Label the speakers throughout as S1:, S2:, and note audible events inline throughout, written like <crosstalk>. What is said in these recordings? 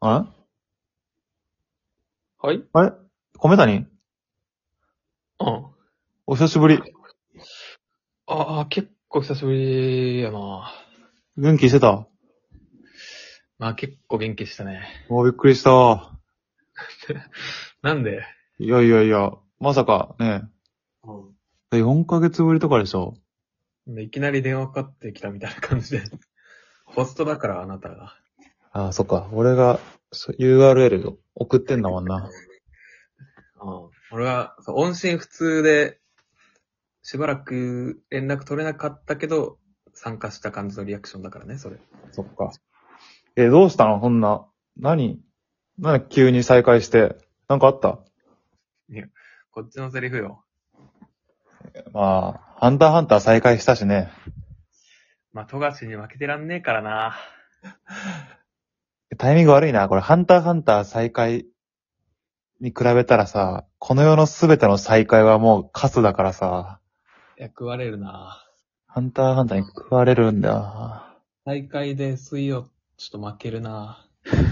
S1: あれ
S2: はい
S1: あれ米谷
S2: うん。
S1: お久しぶり。
S2: ああ、結構久しぶりやな。
S1: 元気してた
S2: まあ結構元気したね。
S1: もうびっくりした。
S2: なんで
S1: いやいやいや、まさかね、4ヶ月ぶりとかでしょ
S2: いきなり電話かかってきたみたいな感じで。 <laughs> ホストだからあなたが。
S1: ああ、そっか。俺が URL 送ってんだもんな。
S2: うん。俺は、そう音信不通で、しばらく連絡取れなかったけど、参加した感じのリアクションだからね、それ。
S1: そっか。え、どうしたのそんな。何何急に再会して。なんかあった
S2: こっちのセリフよ。
S1: まあ、ハンターハンター再会したしね。
S2: まあ、富樫に負けてらんねえからな。
S1: タイミング悪いな。これ、ハンターハンター再会に比べたらさ、この世のすべての再会はもうカスだからさ、
S2: いや、食われるな。
S1: ハンターハンターに食われるんだ。
S2: 大会で水曜、ちょっと負けるな <laughs>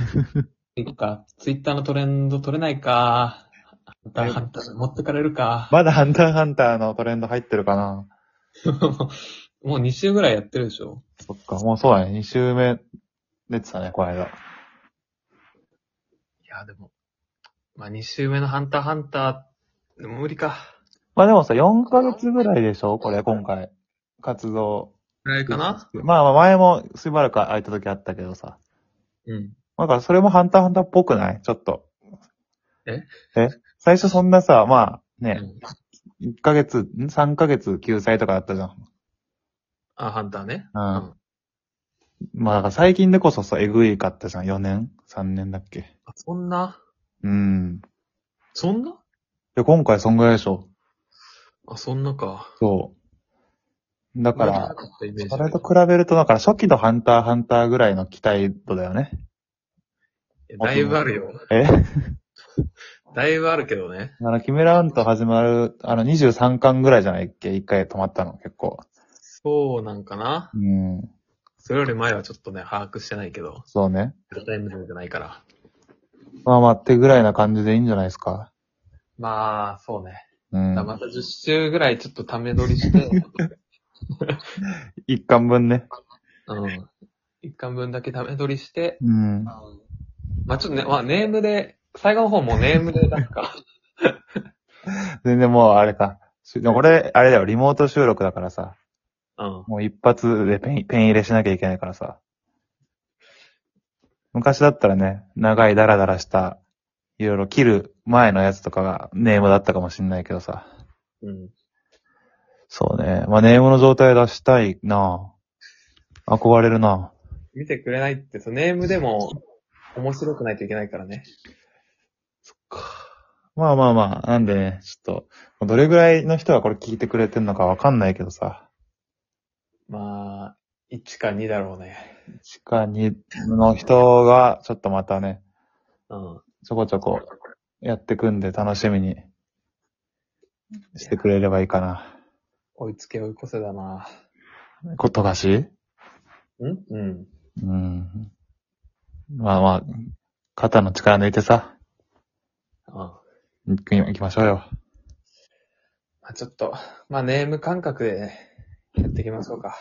S2: いいか、ツイッターのトレンド取れないか。ハンター、ハンター、持ってかれるか。
S1: まだハンターハンターのトレンド入ってるかな。
S2: <laughs> もう2週ぐらいやってるでしょ。
S1: そっか、もうそうだね。2週目出てたね、この間。
S2: いや、でも、まあ2週目のハンター、ハンター、でも無理か。
S1: まあでもさ、4ヶ月ぐらいでしょこれ、今回。活動。
S2: ぐらいかな
S1: まあまあ前もしばらく空いた時あったけどさ。
S2: うん。
S1: だからそれもハンターハンターっぽくないちょっと。
S2: え
S1: え最初そんなさ、まあ
S2: う
S1: ね、
S2: ん
S1: 1ヶ月、ん ?3 ヶ月救済とかだったじゃん。
S2: あ、ハンターね。
S1: う。。
S2: うん
S1: まあだから最近でこそさ、えぐいかったじゃん。4年 ?3 年だっけ
S2: あそんな
S1: うん。
S2: そんな
S1: で、今回そんぐらいでしょ
S2: あ、そんなか。
S1: そう。だ
S2: だ
S1: から、、
S2: イメージ
S1: それと比べると、だから初期のハンターハンターぐらいの期待度だよね。
S2: いやだいぶあるよ。
S1: え <laughs>
S2: だいぶあるけどね。
S1: あの、キメラウント始まる、あの、23巻ぐらいじゃないっけ一回止まったの、結構。
S2: そうなんかな。
S1: うん。
S2: それより前はちょっとね、把握してないけど。
S1: そうね。
S2: 絶対無理じゃないから。
S1: まあまあ、ってぐらいな感じでいいんじゃないですか。
S2: まあ、そうね。
S1: うん。
S2: また10週ぐらいちょっとため撮り <laughs> して、
S1: 一巻分ね。
S2: うん。一巻分だけため撮りして、
S1: うん。
S2: まあちょっとね、まあネームで、最後の方もネームでなんか、
S1: 全然もう、あれか。しでもこれ、あれだよ、リモート収録だからさ。
S2: <laughs> うん。
S1: もう一発でペン、ペン入れしなきゃいけないからさ。昔だったらね、長いダラダラした、いろいろ切る前のやつとかがネームだったかもしんないけどさ。
S2: うん。
S1: そうね。まあ、ネームの状態出したいなぁ憧れるなぁ
S2: 見てくれないって、そのネームでも面白くないといけないからね。
S1: まあまあまあ、なんでね、ちょっと、どれぐらいの人がこれ聞いてくれてんのかわかんないけどさ。
S2: まあ、1か2だろうね。
S1: 地下にの人が、ちょっとまたね、
S2: うん。
S1: ちょこちょこやってくんで楽しみにしてくれればいいかな。
S2: 追いつけ追い越せだな。
S1: ことだし
S2: んうん。
S1: うん。まあまあ、肩の力抜いてさ、
S2: うん。
S1: 行き行きましょうよ。
S2: まあ、ちょっと、まあ、ネーム感覚でやっていきましょうか。